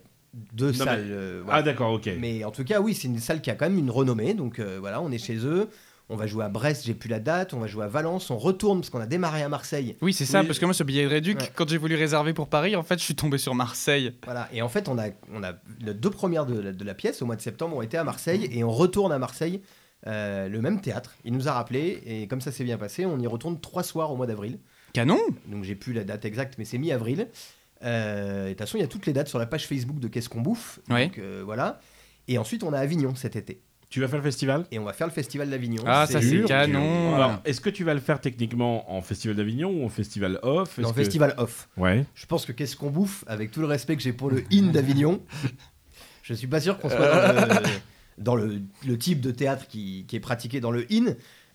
S3: deux
S1: Non, mais-
S3: salles. euh,
S1: Ah
S3: voilà.
S1: d'accord, ok.
S3: mais en tout cas, oui, c'est une salle qui a quand même une renommée. Donc euh, voilà, on est chez eux. On va jouer à Brest, j'ai plus la date. On va jouer à Valence. On retourne parce qu'on a démarré à Marseille.
S2: Oui, c'est ça,
S1: Oui.
S2: parce que moi, ce billet de réduc,
S3: Ouais.
S2: quand j'ai voulu réserver pour Paris, en fait, je suis tombé sur Marseille.
S3: Voilà. Et en fait, on a, on a les deux premières de, la- de la pièce au mois de septembre ont été à Marseille et on retourne à Marseille. euh, le même théâtre, il nous a rappelé et comme ça s'est bien passé, on y retourne trois soirs au mois d'avril.
S2: Canon
S3: Donc j'ai plus la date exacte, mais c'est mi-avril. Euh, et de toute façon, il y a toutes les dates sur la page Facebook de Qu'est-ce qu'on bouffe.
S2: Ouais.
S3: Donc euh, voilà. Et ensuite, on a Avignon cet été.
S1: Tu vas faire le festival
S3: et on va faire le festival d'Avignon.
S2: Ah, ça, c'est
S1: dur,
S3: Mmh.
S2: canon
S1: Alors, est-ce que tu vas le faire techniquement en festival d'Avignon ou en festival off Est-ce
S3: dans
S1: que-
S3: festival off.
S1: Ouais.
S3: Je pense que qu'est-ce qu'on bouffe avec tout le respect que j'ai
S2: (laughs)
S3: pour le in d'Avignon. Je suis pas sûr qu'on
S2: (laughs)
S3: soit dans, le, dans le- le type de théâtre qui, qui est pratiqué dans le in,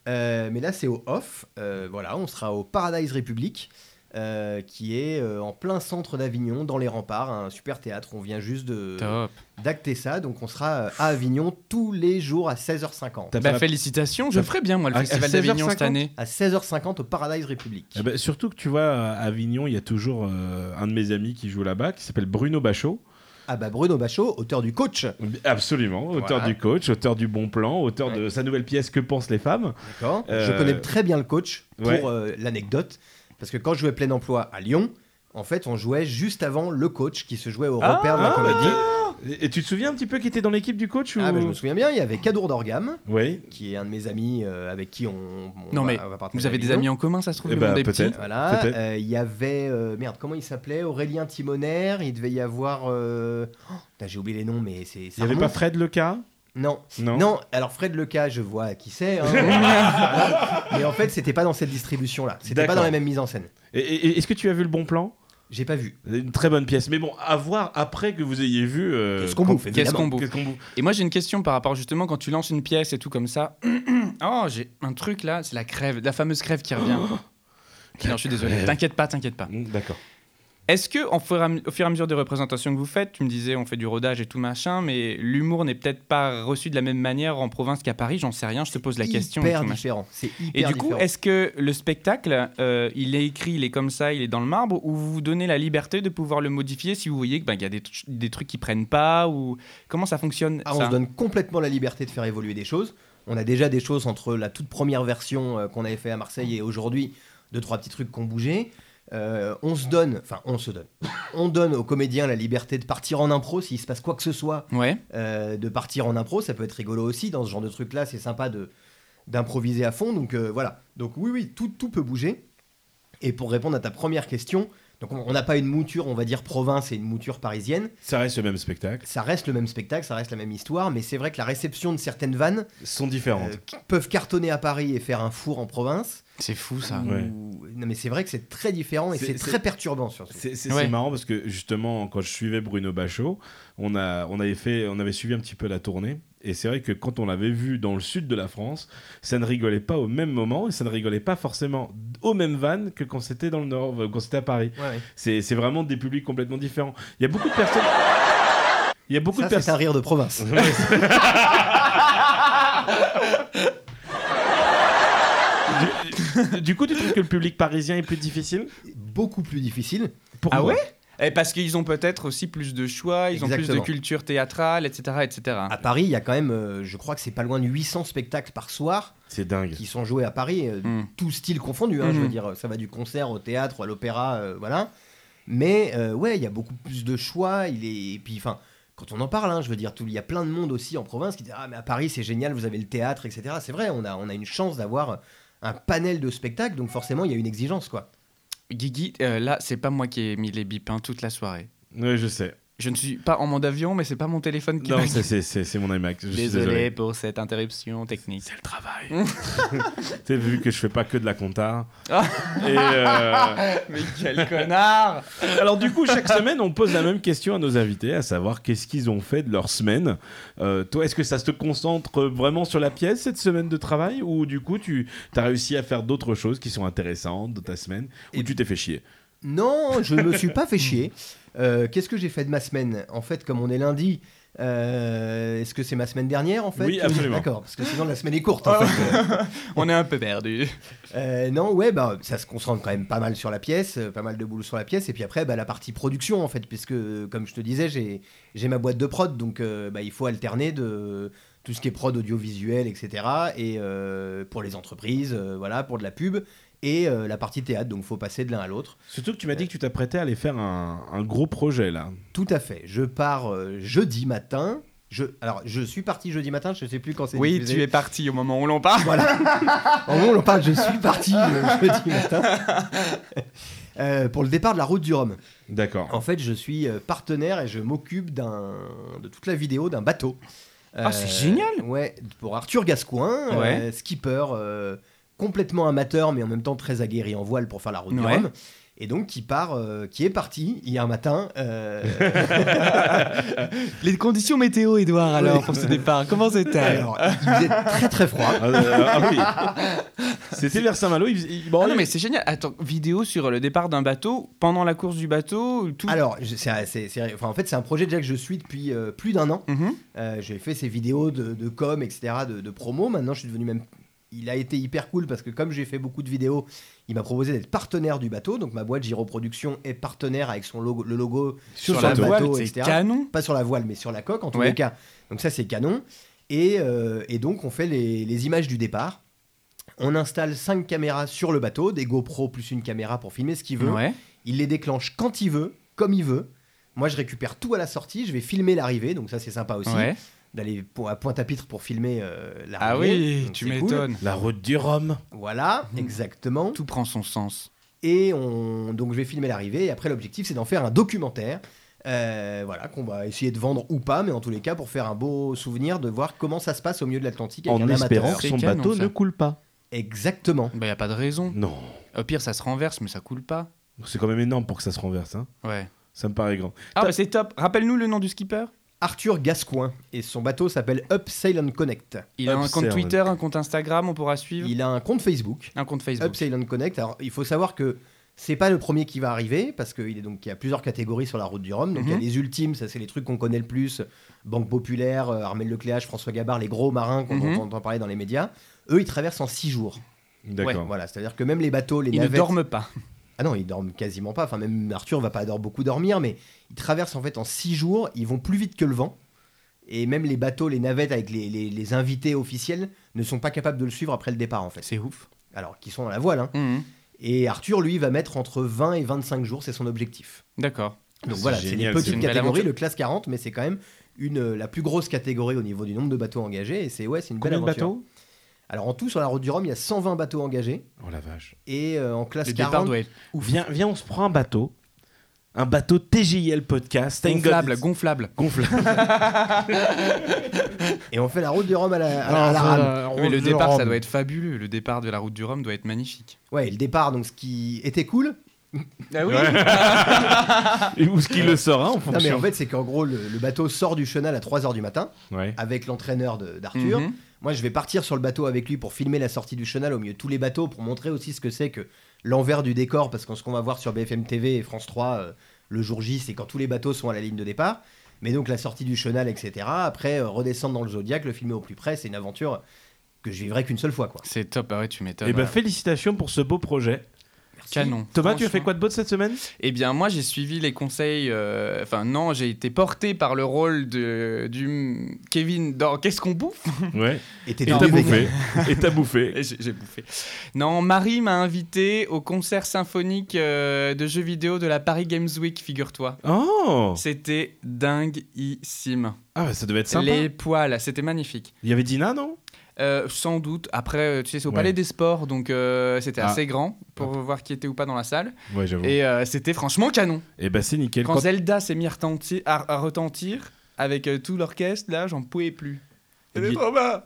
S3: Euh, mais là c'est au off. Euh, voilà, on sera au Paradise République. euh, qui est euh, en plein centre d'Avignon, dans les remparts, un super théâtre. On vient juste de-
S2: Top.
S3: d'acter ça, donc on sera euh, à Avignon tous les jours à 16h50.
S1: T'as
S2: Bah,
S1: pas-
S2: félicitations, je
S1: t'as-
S2: ferai bien, moi, le
S1: Ah,
S2: Festival
S1: à
S2: d'Avignon cette
S1: 16h50?
S2: année.
S3: À 16h50 au Paradise République.
S1: Eh ben, surtout que tu vois, à Avignon, il y a toujours euh, un de mes amis qui joue là-bas, qui s'appelle Bruno Bachot.
S3: Ah bah Bruno Bachot, auteur du coach.
S1: Absolument, auteur
S3: Voilà.
S1: du coach, auteur du bon plan, auteur
S3: Ouais.
S1: de sa nouvelle pièce Que pensent les femmes.
S3: D'accord.
S1: Euh,
S3: Je connais très bien le coach pour
S1: ouais.
S3: euh, l'anecdote. Parce que quand je jouais plein emploi à Lyon, en fait, on jouait juste avant le coach qui se jouait au
S2: Ah,
S1: bah,
S3: repère de la comédie.
S1: Et, et tu te souviens un petit peu qui était dans l'équipe du coach ou...
S3: Ah, bah, je me souviens bien, il y avait Cadour d'Orgam,
S1: Oui.
S3: qui est un de mes amis euh, avec qui on. on
S2: Non,
S3: va-
S2: mais
S3: on va partager
S2: Vous avez
S3: la
S2: des
S3: maison.
S2: amis en commun, ça se trouve,
S1: Eh
S2: le
S1: ben,
S2: monde est petit.
S1: peut-être.
S3: Voilà,
S1: Peut-être.
S3: euh, il y avait. euh, merde, comment il s'appelait Aurélien Timoner, il devait y avoir. euh, oh, putain, J'ai oublié les noms, mais c'est.
S1: Il n'y avait pas Fred Leca
S3: Non.
S1: Non.
S3: Non, alors Fred Leca, je vois qui c'est. hein.
S1: (laughs)
S3: Voilà. Mais en fait, c'était pas dans cette distribution-là. C'était pas
S1: D'accord.
S3: dans la même mise en scène.
S1: Et- et- et Est-ce que tu as vu le bon plan
S3: J'ai pas vu.
S1: Une très bonne pièce. Mais bon, à voir après que vous ayez vu. euh,
S3: Qu'est-ce qu'on
S1: quand-
S3: bouffe,
S2: Qu'est-ce qu'on bouffe
S1: Qu'est-ce qu'on bouffe
S2: (laughs) Et moi, j'ai une question par rapport justement quand tu lances une pièce et tout comme ça. (clears throat) oh, j'ai un truc là, c'est la crève, la fameuse crève qui revient. non, je suis désolé.
S1: crève.
S2: T'inquiète pas, t'inquiète pas.
S1: Mm, D'accord.
S2: Est-ce que, en fur et à me- au fur et à mesure des représentations que vous faites, tu me disais on fait du rodage et tout machin, mais l'humour n'est peut-être pas reçu de la même manière en province qu'à Paris, j'en sais rien, je te pose la question. et
S3: Hyper
S2: tout machin.
S3: différent. C'est
S2: Et
S3: hyper
S2: du coup,
S3: différent.
S2: est-ce que le spectacle, euh, il est écrit, il est comme ça, il est dans le marbre, ou vous vous donnez la liberté de pouvoir le modifier si vous voyez qu'il ben, il y a des, tr- des trucs qui prennent pas, ou comment ça fonctionne
S3: Ah, on
S2: ça
S3: se donne complètement la liberté de faire évoluer des choses. On a déjà des choses entre la toute première version euh, qu'on avait fait à Marseille et aujourd'hui, deux trois petits trucs qui ont bougé. Euh, on se donne, enfin on se donne, on donne aux comédiens la liberté de partir en impro s'il se passe quoi que ce soit,
S2: Ouais,
S3: euh, de partir en impro, ça peut être rigolo aussi dans ce genre de truc là, c'est sympa de d'improviser à fond, donc euh, voilà. Donc oui oui, tout tout peut bouger. Et pour répondre à ta première question, donc on on n'a pas une mouture, on va dire province et une mouture parisienne,
S1: Ça reste le même spectacle.
S3: ça reste le même spectacle, ça reste la même histoire, mais c'est vrai que la réception de certaines vannes
S1: Sont différentes.
S3: euh, qui peuvent cartonner à Paris et faire un four en province.
S2: c'est fou ça.
S1: Ah, Ouais.
S3: ou- Non, mais c'est vrai que c'est très différent et
S1: C'est-
S3: c'est
S1: c'est-
S3: très perturbant surtout.
S1: C'est c'est-
S2: Ouais.
S1: c'est marrant parce que justement, quand je suivais Bruno Bachot, on, a, on, avait fait, on avait suivi un petit peu la tournée. Et c'est vrai que quand on l'avait vu dans le sud de la France, ça ne rigolait pas au même moment et ça ne rigolait pas forcément aux mêmes vannes que quand c'était dans le nord, euh, quand c'était à Paris.
S3: Ouais, ouais.
S1: C'est c'est vraiment des publics complètement différents. Il y a beaucoup de personnes. Il y a beaucoup
S3: Ça,
S1: de
S3: c'est
S1: personnes.
S3: un rire de province.
S1: Ouais, c'est- du, du coup, tu trouves que le public parisien est plus difficile
S3: Beaucoup plus difficile.
S1: Pourquoi
S2: Ah ouais Et parce qu'ils ont peut-être aussi plus de choix, ils ont plus de
S3: Exactement.
S2: culture théâtrale, etc. etc.
S3: À Paris, il y a quand même, euh, je crois que c'est pas loin de 800 spectacles par soir
S1: C'est dingue.
S3: qui sont joués à Paris, euh,
S2: Hmm.
S3: tous styles confondus. hein,
S2: Mhm.
S3: Je
S1: Hmm.
S3: veux dire, ça va du concert au théâtre, à l'opéra, euh, voilà. Mais euh, ouais, il y a beaucoup plus de choix. Il est... Et puis, enfin, quand on en parle, hein, je veux dire, tout- il y a plein de monde aussi en province qui dit Ah, mais à Paris, c'est génial, vous avez le théâtre, etc. C'est vrai, on a, on a une chance d'avoir un panel de spectacles, donc forcément, il y a une exigence, quoi.
S2: Guigui, euh, là, c'est pas moi qui ai mis les bips hein, toute la soirée.
S1: Oui, je sais.
S2: Je ne suis pas en mode avion, mais c'est pas mon téléphone qui.
S1: Non, c'est- c'est c'est- c'est mon iMac. Je suis
S2: désolé,
S1: désolé.
S2: pour cette interruption technique.
S1: C'est le travail. tu sais, vu que je fais pas que de la compta.
S2: Ah.
S1: Et, euh,
S2: Mais quel connard
S1: Alors, du coup, chaque semaine, on pose la même question à nos invités, à savoir qu'est-ce qu'ils ont fait de leur semaine. Euh, toi, est-ce que ça se concentre vraiment sur la pièce, cette semaine de travail Ou du coup, tu as réussi à faire d'autres choses qui sont intéressantes de ta semaine Ou
S3: Et-
S1: tu t'es fait chier
S3: Non, je me suis
S1: (laughs)
S3: pas fait chier. Euh, Qu'est-ce que j'ai fait de ma semaine En fait, comme on est lundi, euh, est-ce que c'est ma semaine dernière en fait
S1: Oui, absolument. Ah.
S3: D'accord, parce que sinon la semaine est courte. En fait.
S2: On est un peu perdu.
S3: Euh, non, ouais, bah, ça se concentre quand même pas mal sur la pièce, euh, pas mal de boules sur la pièce, et puis après, bah, la partie production, en fait, puisque, euh, comme je te disais, j'ai j'ai ma boîte de prod, donc euh, bah, il faut alterner de tout ce qui est prod audiovisuel, etc., et euh, pour les entreprises, euh, voilà, pour de la pub, et euh, la partie théâtre, donc faut passer de l'un à l'autre.
S1: Surtout que tu m'as dit que tu t'apprêtais à aller faire un, un gros projet, là.
S3: Tout à fait, je pars euh, jeudi matin, je, alors, je suis parti jeudi matin, je sais plus quand c'est
S2: Oui,
S3: diffusé.
S2: tu es parti au moment où l'on parle.
S3: En gros, on parle, je suis parti (laughs) euh, jeudi matin, Euh, pour le départ de la route du Rhum.
S1: D'accord.
S3: En fait, je suis euh, partenaire et je m'occupe d'un- de toute la vidéo d'un bateau. Euh,
S2: Ah, c'est génial
S3: Ouais, pour Arthur Gascoigne, euh,
S2: Ouais.
S3: skipper euh, complètement amateur mais en même temps très aguerri en voile pour faire la route du
S2: Ouais.
S3: Rhum. Et donc qui part, euh, qui est parti hier matin.
S2: (laughs)
S3: euh, (laughs)
S2: Les conditions météo, Edouard,
S3: alors,
S2: pour ce départ, comment (laughs) c'était
S3: alors, il faisait très très froid.
S1: Ah, euh, ah oui. (laughs) C'était vers Saint-Malo. il- il- bon,
S2: Ah non,
S1: il-
S2: mais c'est génial. Attends, vidéo sur le départ d'un bateau, pendant la course du bateau, tout.
S3: Alors, je- c'est- c'est- c'est- enfin, en fait, c'est un projet déjà que je suis depuis euh, plus d'un an.
S2: Mhm.
S3: Euh, j'ai fait ces vidéos de, de com, etc., de, de promo. Maintenant, je suis devenu même. Il a été hyper cool parce que, comme j'ai fait beaucoup de vidéos, il m'a proposé d'être partenaire du bateau. Donc, ma boîte Giro Production est partenaire avec son logo, le logo
S1: Sur le
S2: Sur, la
S1: bateau,
S2: voile, c'est
S3: etc.
S2: canon.
S3: Pas sur la voile, mais sur la coque, en tous
S2: Ouais.
S3: les cas. Donc, ça, c'est canon. Et, euh, et donc, on fait les, les images du départ. On installe cinq caméras sur le bateau, des GoPro plus une caméra pour filmer ce qu'il veut.
S2: Ouais.
S3: Il les déclenche quand il veut, comme il veut. Moi, je récupère tout à la sortie, je vais filmer l'arrivée, donc ça c'est sympa aussi.
S2: Ouais.
S3: D'aller pour- à Pointe-à-Pitre pour filmer euh, l'arrivée.
S2: Ah oui,
S3: donc
S2: tu
S3: c'est cool.
S2: m'étonnes.
S1: La route du Rhum.
S3: Voilà,
S2: Mhm.
S3: exactement.
S2: Tout prend son sens.
S3: Et on... donc je vais filmer l'arrivée, et après l'objectif c'est d'en faire un documentaire. euh, voilà, qu'on va essayer de vendre ou pas, mais en tous les cas pour faire un beau souvenir de voir comment ça se passe au milieu de l'Atlantique avec
S1: En
S3: un
S1: espérant
S3: amateur.
S1: que son
S2: C'est canon,
S1: bateau
S2: ça.
S1: ne coule pas.
S3: Exactement.
S2: Bah, y a pas de raison.
S1: Non.
S2: Au pire, ça se renverse, mais ça coule pas.
S1: C'est quand même énorme pour que ça se renverse. hein.
S2: Ouais.
S1: Ça me paraît grand.
S2: Ah, bah, c'est top. Rappelle-nous le nom du skipper.
S3: Arthur Gascoigne et son bateau s'appelle Up Sail and Connect.
S2: Il a un compte
S1: Observe.
S2: Twitter, un compte Instagram, on pourra suivre.
S3: Il a un compte Facebook,
S2: Un compte Facebook.
S3: Up Sail and Connect. Alors il faut savoir que c'est pas le premier qui va arriver parce qu'il est donc il y a plusieurs catégories sur la route du Rhum. Donc il y a
S2: Mhm.
S3: les ultimes, ça c'est les trucs qu'on connaît le plus. Banque Populaire, euh, Armel Lecléache, François Gabard, les gros marins qu'on
S2: Mhm.
S3: dont on entend parler dans les médias. Eux, ils traversent en 6 jours.
S1: D'accord.
S3: Voilà, c'est-à-dire que même les bateaux, les
S2: Ils ne
S3: navettes-
S2: dorment pas.
S3: Ah non, ils dorment quasiment pas. Enfin, même Arthur va pas adore beaucoup dormir, mais ils traversent en fait en six jours. Ils vont plus vite que le vent. Et même les bateaux, les navettes avec les, les- les invités officiels ne sont pas capables de le suivre après le départ en fait.
S2: C'est ouf.
S3: Alors qu'ils sont à la voile.
S2: Mmh,
S3: hein. Et Arthur, lui, va mettre entre 20 et 25 jours, c'est son objectif.
S2: D'accord.
S3: Donc
S1: C'est
S3: voilà, c'est
S1: génial,
S3: une
S1: c'est
S3: petite
S2: une belle
S3: catégorie,
S2: aventure.
S3: le classe 40, mais c'est quand même une, euh, la plus grosse catégorie au niveau du nombre de bateaux engagés. Et c'est ouais, c'est une
S1: Combien
S3: belle
S1: de
S3: aventure.
S1: bateaux
S3: Alors en tout, sur la route du Rhum, il y a 120 bateaux engagés.
S1: Oh la vache.
S3: Et euh, en classe
S2: Le
S3: 40,
S2: départ doit être
S1: Viens, viens, on se prend un bateau. Un bateau TGIL podcast. Thank God
S2: gonflable,
S1: it's-
S2: gonflable.
S1: Gonflable.
S3: et on fait la route du Rhum à la, à
S2: Ah,
S3: la- à la rame.
S1: Ah,
S2: Mais le départ, ça doit être fabuleux. Le départ de la route du Rhum doit être magnifique.
S3: Ouais, et le départ, donc ce qui était cool.
S2: Ah oui
S1: Et Où ce qu'il le sera en
S2: bah,
S3: Non, mais
S1: fonction.
S3: en fait, c'est qu'en gros, le, le bateau sort du chenal à 3h du matin
S1: Ouais.
S3: avec l'entraîneur de- d'Arthur.
S2: Mhm.
S3: Moi, je vais partir sur le bateau avec lui pour filmer la sortie du chenal au milieu de tous les bateaux pour montrer aussi ce que c'est que l'envers du décor. Parce que ce qu'on va voir sur BFM TV et France 3 euh, le jour J, c'est quand tous les bateaux sont à la ligne de départ. Mais donc, la sortie du chenal, etc. Après, euh, redescendre dans le Zodiac, le filmer au plus près, c'est une aventure que je vivrai qu'une seule fois. Quoi.
S2: C'est top, ah ouais, tu m'étonnes.
S1: Et ben félicitations pour ce beau projet.
S2: Canon.
S1: Thomas, tu as fait
S2: Franchement.
S1: quoi de beau de cette semaine
S2: Eh bien, moi, j'ai suivi les conseils. euh, Enfin, non, j'ai été porté par le rôle de du Kevin dans Qu'est-ce qu'on bouffe
S1: Ouais.
S3: Et
S1: Et
S3: t'es
S1: t'as
S3: devenu
S1: bouffé.
S3: vegan.
S1: (laughs) Et t'as bouffé.
S2: Et (laughs) J'ai j'ai bouffé. Non, Marie m'a invité au concert symphonique euh, de jeux vidéo de la Paris Games Week, figure-toi.
S1: Oh
S2: C'était dingueissime.
S1: Ah, bah, ça devait être sympa.
S2: Les poils, c'était magnifique.
S1: Il y avait Dina, non
S2: Euh, sans doute. Après, euh, tu sais, c'est au
S1: Ouais.
S2: Palais des Sports, donc euh, c'était
S1: Ah.
S2: assez grand pour voir qui était ou pas dans la salle.
S1: Ouais, j'avoue. Et,
S2: Et euh, c'était franchement canon.
S1: bah, c'est nickel.
S2: Quand
S1: Quand-
S2: Zelda s'est mis à retentir, à- à retentir avec euh, tout l'orchestre, là, j'en pouvais plus.
S1: Eh
S2: Elle est
S1: bien-
S2: trop bien.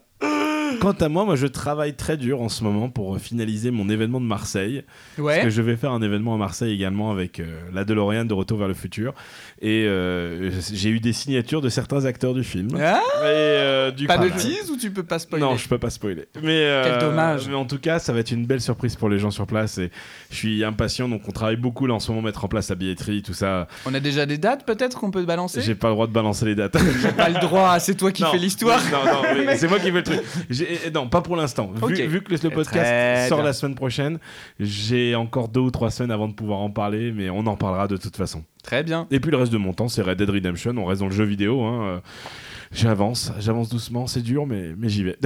S1: Quant à moi, moi, je travaille très dur en ce moment pour euh, finaliser mon événement de Marseille. Parce
S2: Ouais.
S1: que je vais faire un événement à Marseille également avec euh, la DeLorean de Retour vers le futur. Et euh, j'ai eu des signatures de certains acteurs du film.
S2: Ah,
S1: Et, euh, du
S2: pas
S1: coup-
S2: de tease ou tu peux pas spoiler
S1: Non, je peux pas spoiler. Mais euh,
S2: Quel dommage.
S1: Mais en tout cas, ça va être une belle surprise pour les gens sur place. Et je suis impatient, donc on travaille beaucoup là en ce moment, mettre en place la billetterie, tout ça.
S2: On a déjà des dates peut-être qu'on peut balancer
S1: J'ai pas le droit de balancer les dates.
S2: J'ai pas le droit, c'est toi
S1: (laughs)
S2: qui
S1: Non,
S2: fais l'histoire.
S1: mais- Non, non, (laughs) mais c'est moi qui fais le truc. J'ai- eh, Non, pas pour l'instant. Vu,
S2: Ok.
S1: vu que le podcast
S2: Très
S1: sort
S2: bien.
S1: la semaine prochaine, j'ai encore deux ou trois semaines avant de pouvoir en parler, mais on en parlera de toute façon.
S2: Très bien.
S1: Et puis le reste de mon temps, c'est Red Dead Redemption. On reste dans le jeu vidéo. hein, euh, J'avance, j'avance doucement, c'est dur, mais, mais j'y vais.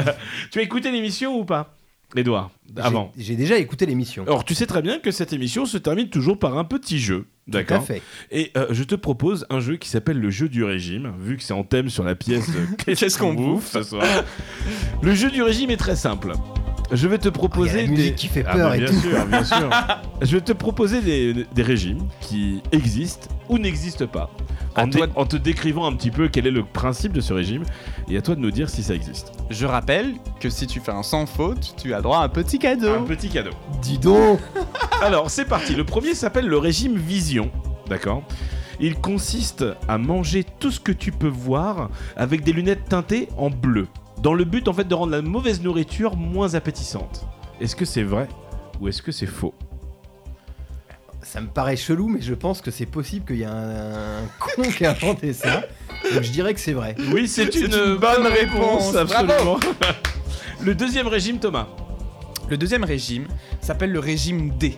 S1: (laughs) tu as écouté l'émission ou pas, Edouard
S3: J'ai-
S1: Avant. Oh,
S3: J'ai déjà écouté l'émission.
S1: Alors, tu sais très bien que cette émission se termine toujours par un petit jeu.
S3: Tout à
S1: D'accord.
S3: fait.
S1: Et euh, je te propose un jeu qui s'appelle le jeu du régime, vu que c'est en thème sur la pièce
S3: (laughs)
S1: de
S2: Qu'est-ce qu'on bouffe
S1: ce soir. le jeu du régime est très simple. Je vais te
S3: Il y a
S1: proposer
S3: la
S1: des
S3: musique qui fait
S1: Ah,
S3: peur
S1: mais
S3: et
S1: bien
S3: tout.
S1: sûr, bien sûr.
S3: (laughs)
S1: Je vais te proposer des, des régimes qui existent ou n'existent pas.
S2: À
S1: En,
S2: toi
S1: dé- en te décrivant un petit peu quel est le principe de ce régime, et à toi de nous dire si ça existe.
S2: Je rappelle que si tu fais un sans faute, tu as droit à un petit cadeau.
S1: Un petit cadeau.
S3: Dis donc
S1: Alors, c'est parti. Le premier s'appelle le régime vision. D'accord Il consiste à manger tout ce que tu peux voir avec des lunettes teintées en bleu, dans le but en fait de rendre la mauvaise nourriture moins appétissante. Est-ce que c'est vrai ou est-ce que c'est faux
S3: Ça me paraît chelou, mais je pense que c'est possible qu'il y ait un, un con qui a inventé ça. Donc je dirais que c'est vrai.
S1: Oui, c'est
S2: une bonne réponse,
S1: absolument. (laughs) le deuxième régime, Thomas.
S2: Le deuxième régime s'appelle le régime D.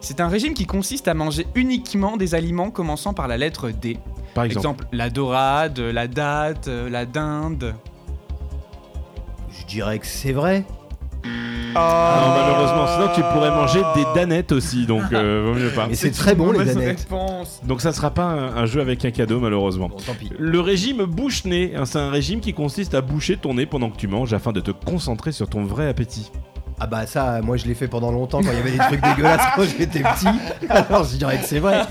S2: C'est un régime qui consiste à manger uniquement des aliments commençant par la lettre D.
S1: Par exemple.
S2: Exemple, la dorade, la date, la dinde.
S3: Je dirais que c'est vrai.
S2: Hmm.
S1: Ah. Non, malheureusement, sinon tu pourrais manger des danettes aussi, donc euh, vaut mieux pas.
S3: Mais c'est très bon, les danettes.
S1: Donc ça sera pas un, un jeu avec un cadeau, malheureusement.
S3: Bon, tant pis.
S1: Le régime bouche-nez, hein, c'est un régime qui consiste à boucher ton nez pendant que tu manges afin de te concentrer sur ton vrai appétit.
S3: Ah bah ça, moi je l'ai fait pendant longtemps quand il y avait des trucs (laughs) dégueulasses quand j'étais petit. Alors je dirais que c'est vrai.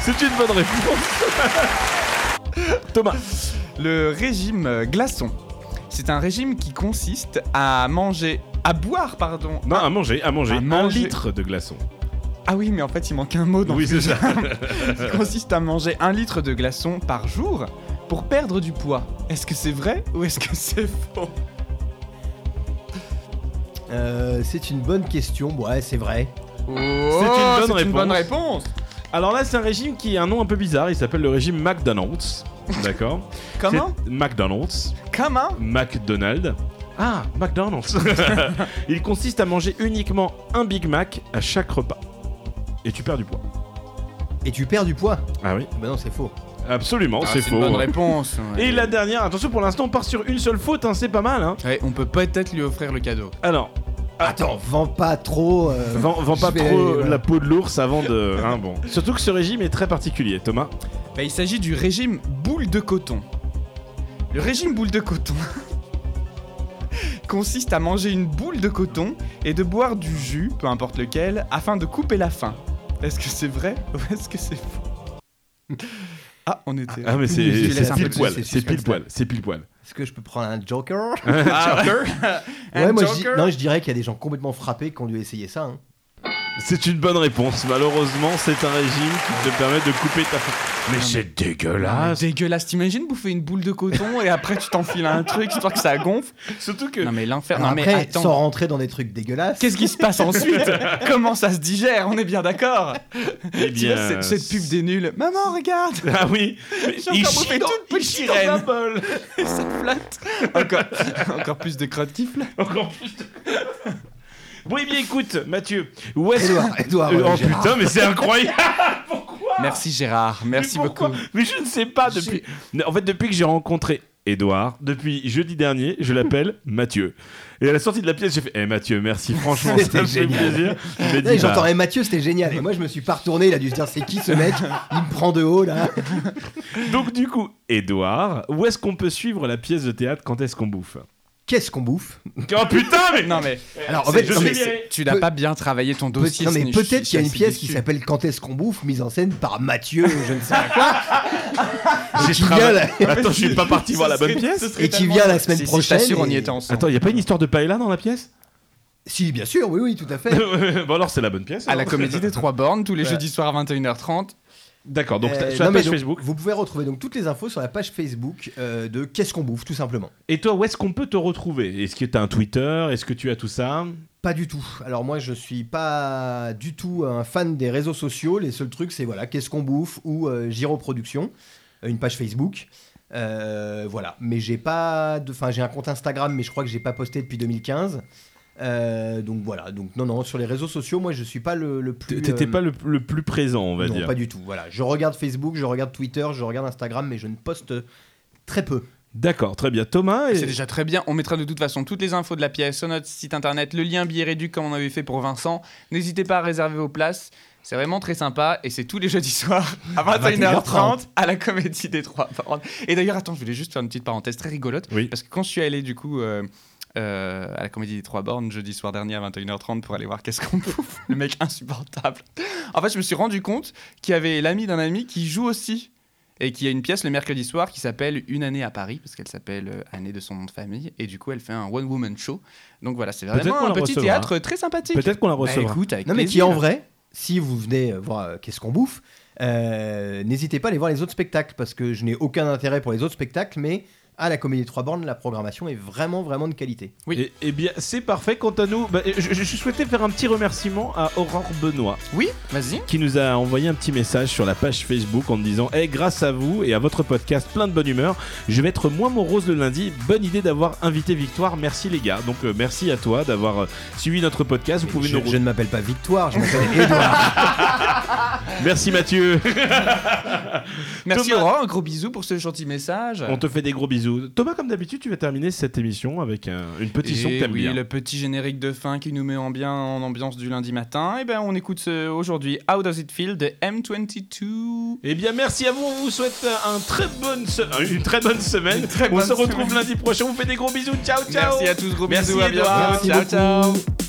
S1: C'est une bonne réponse. (laughs) Thomas,
S2: Le régime euh, glaçon. C'est un régime qui consiste à manger, à boire, pardon.
S1: non,
S2: un-
S1: à manger, à manger,
S2: à manger. Oh
S1: un litre de glaçon.
S2: Ah oui, mais en fait, il manque un mot dans
S1: Oui, c'est ça. (laughs)
S2: qui consiste à manger un litre de glaçon par jour pour perdre du poids. Est-ce que c'est vrai ou est-ce que c'est faux
S3: Euh, c'est une bonne question. Bon, Ouais, c'est vrai.
S1: bonne
S2: Oh, c'est une bonne réponse.
S1: Alors là, c'est un régime qui a un nom un peu bizarre. Il s'appelle le régime McDonald's. D'accord.
S2: (laughs) Comment
S1: C'est McDonald's.
S2: Comment
S1: McDonald's. Ah, McDonald's. (laughs) Il consiste à manger uniquement un Big Mac à chaque repas. Et tu perds du poids.
S3: Et tu perds du poids
S1: Ah oui.
S3: Ah Bah non, c'est faux.
S1: Absolument,
S2: Ah,
S1: c'est
S2: une
S1: faux. hein.
S2: bonne réponse. ouais.
S1: Et la dernière, attention pour l'instant, on part sur une seule faute, hein, c'est pas mal. Hein.
S2: Ouais, on peut peut-être lui offrir le cadeau.
S1: Alors,
S3: Attends, vends pas trop. euh,
S1: vends, vends pas
S3: je vais
S1: trop
S3: aller, voilà.
S1: la peau de l'ours avant de. hein, bon. Surtout que ce régime est très particulier, Thomas.
S2: Bah, il s'agit du régime boule de coton. Le régime boule de coton (laughs) consiste à manger une boule de coton et de boire du jus, peu importe lequel, afin de couper la faim. Est-ce que c'est vrai ou est-ce que c'est faux Ah, on était.
S1: Ah, mais
S3: Je vais
S1: c'est
S3: laisser
S1: c'est
S3: un
S1: pile
S3: peu de
S1: poil,
S3: suspense,
S1: c'est pile
S3: là.
S1: poil, c'est pile poil.
S3: Est-ce que je peux prendre un joker
S2: Ah, (laughs)
S3: Ouais,
S2: Un
S3: moi je, dis-
S2: joker
S3: non, je dirais qu'il y a des gens complètement frappés qui ont dû essayer ça. hein.
S1: C'est une bonne réponse. Malheureusement, c'est un régime qui te permet de couper ta faim. Mais c'est
S2: Ah,
S1: dégueulasse.
S2: dégueulasse, t'imagines bouffer une boule de coton et après tu t'enfiles un truc histoire que ça gonfle
S3: (laughs)
S1: Surtout que
S2: Non mais l'enfer,
S3: Alors
S2: non mais
S3: après, sans
S2: attends,
S3: rentrer dans des trucs dégueulasses.
S2: qu'est-ce qui se passe
S3: (laughs)
S2: ensuite Comment ça se digère On est bien d'accord
S1: Eh
S2: Tu
S1: bien,
S2: vois, cette- cette pub des nuls. Maman, regarde
S3: (laughs)
S1: Ah oui mais
S2: J'ai
S1: Il
S2: encore
S1: chie
S2: bouffé
S1: dans,
S2: toute
S1: il
S2: petite
S1: chie dans la
S2: sirène.
S1: bol
S2: Et ça flatte Encore, encore plus de crottes qui flattent.
S1: Encore plus de- (laughs) Bon, eh bien, écoute, Mathieu, où est-ce
S3: Edouard, Edouard.
S1: Euh,
S3: euh,
S1: oh
S3: Gérard.
S1: putain, mais c'est incroyable!
S2: Merci Gérard, merci
S1: Mais pourquoi
S2: beaucoup.
S1: Mais je ne sais pas depuis. En fait, depuis que j'ai rencontré Edouard, depuis jeudi dernier, je
S3: (laughs)
S1: l'appelle Mathieu. Et à la sortie de la pièce, j'ai fait Eh Mathieu, merci, franchement, ça me
S3: C'était
S1: fait
S3: génial.
S1: plaisir. Je l'ai
S3: (laughs) Eh,
S1: dit, bah,
S3: J'entendais Mathieu, c'était génial. Et moi, je me suis pas retourné. Il a dû se dire c'est qui ce mec Il me prend de haut là.
S1: Donc, du coup, Edouard, où est-ce qu'on peut suivre la pièce de théâtre quand est-ce qu'on bouffe?
S3: Qu'est-ce qu'on bouffe
S1: Oh putain, mais.
S2: Non mais,
S3: Alors en
S1: C'est-
S3: fait,
S1: je
S3: non,
S1: suis
S3: mais
S1: viré.
S3: c'est-
S2: tu n'as
S3: Pe-
S2: pas bien travaillé ton dossier.
S3: non, mais
S2: Snitch,
S3: peut-être
S2: je
S3: qu'il y a une
S2: suis
S3: pièce
S2: déçu.
S3: qui s'appelle Quand est-ce qu'on bouffe, mise en scène
S1: (laughs)
S3: par Mathieu, je ne sais pas quoi,
S1: J'ai
S3: qui
S1: travaillé- (laughs)
S3: vient
S1: Attends, je suis pas parti voir la
S2: Ce
S1: bonne
S2: serait-
S1: pièce?
S2: ce serait
S3: et qui
S2: tellement-
S3: vient la semaine
S2: Si, si,
S3: prochaine.
S2: je t'assure, on y
S3: et-
S2: était ensemble.
S1: Attends, il y a pas une histoire de paella dans la pièce
S3: (laughs) Si, bien sûr, oui, oui, tout à fait.
S1: (laughs) Bon alors c'est la bonne pièce.
S2: À la
S1: alors.
S2: comédie des trois bornes, tous les
S3: Ouais.
S2: jeudis soirs à 21h30.
S1: D'accord, donc
S3: Euh,
S1: sur la
S3: non, mais
S1: page
S3: donc,
S1: Facebook.
S3: Vous pouvez retrouver donc toutes les infos sur la page Facebook euh, de Qu'est-ce qu'on bouffe, tout simplement.
S1: Et toi, où est-ce qu'on peut te retrouver Est-ce que tu as un Twitter Est-ce que tu as tout ça
S3: Pas du tout. Alors moi, je suis pas du tout un fan des réseaux sociaux. Les seuls trucs, c'est voilà, Qu'est-ce qu'on bouffe ou euh, Giro Production, euh, une page Facebook. Euh, voilà, mais j'ai pas de. Enfin, j'ai un compte Instagram, mais je crois que j'ai pas posté depuis 2015. Euh, donc voilà, donc non, non, sur les réseaux sociaux, moi je suis pas le, le plus.
S1: T'étais
S3: euh,
S1: pas le, le plus présent, on va
S3: non,
S1: dire.
S3: pas du tout. Voilà, je regarde Facebook, je regarde Twitter, je regarde Instagram, mais je ne poste très peu.
S1: D'accord, très bien. Thomas, et-
S2: Ah, C'est déjà très bien. On mettra de toute façon toutes les infos de la pièce sur notre site internet, le lien billet réduit comme on avait fait pour Vincent. N'hésitez pas à réserver vos places. C'est vraiment très sympa et c'est tous les jeudis soirs à 21h30 à la Comédie des Trois Bornes. Et d'ailleurs, attends, je voulais juste faire une petite parenthèse très rigolote
S1: Oui.
S2: parce que quand je suis allé du coup euh, euh, à la Comédie des Trois Bornes jeudi soir dernier à 21h30 pour aller voir qu'est-ce qu'on (laughs) bouffe, le mec insupportable. En fait, je me suis rendu compte qu'il y avait l'ami d'un ami qui joue aussi et qui a une pièce le mercredi soir qui s'appelle Une année à Paris, parce qu'elle s'appelle euh, Année de son nom de famille, et du coup elle fait un one-woman show. Donc voilà, c'est
S1: Peut-être
S2: vraiment
S1: qu'on
S2: un
S1: la
S2: petit
S1: recevra.
S2: théâtre très sympathique.
S1: peut-être qu'on la
S2: Bah,
S1: recevra.
S2: écoute, avec
S3: Non, mais qui
S2: plaisir.
S3: en vrai, si vous venez euh, voir euh, qu'est-ce qu'on bouffe, euh, n'hésitez pas à aller voir les autres spectacles parce que je n'ai aucun intérêt pour les autres spectacles, mais à la Comédie des Trois Bornes, la programmation est vraiment, vraiment de qualité.
S2: oui.
S1: Et- eh bien, c'est parfait. Quant à nous, bah, je, je- je souhaitais faire un petit remerciement à Aurore Benoît,
S2: Oui, vas-y.
S1: qui nous a envoyé un petit message sur la page Facebook en me disant Eh, grâce à vous et à votre podcast plein de bonne humeur, je vais être moins morose le lundi. Bonne idée d'avoir invité Victoire. Merci, les gars. Donc, euh, merci à toi d'avoir euh, suivi notre podcast. Vous pouvez
S3: je,
S1: nous
S3: je ne m'appelle pas Victoire, je m'appelle Edouard.
S1: Merci
S3: (laughs)
S1: Mathieu.
S2: Merci
S1: Thomas.
S2: Aurore, un gros bisou pour ce gentil message.
S1: On te fait des gros bisous. Thomas, comme d'habitude, tu vas terminer cette émission avec un- une
S3: Eh
S1: petite son que
S2: Et
S1: t'aimes
S2: oui,
S1: bien.
S2: le petit générique de fin qui nous met en bien en ambiance du lundi matin. Et ben on écoute euh, aujourd'hui How Does It Feel de M22.
S1: Eh bien, merci à vous. On vous souhaite un très bonne se- une très bonne semaine.
S2: Une très
S1: on
S2: bonne
S1: se retrouve
S2: semaine.
S1: lundi prochain. On vous fait des gros bisous. Ciao, ciao.
S2: Merci à tous, gros
S1: Merci
S2: bisous, à
S1: Edouard.
S2: bientôt. ciao, ciao.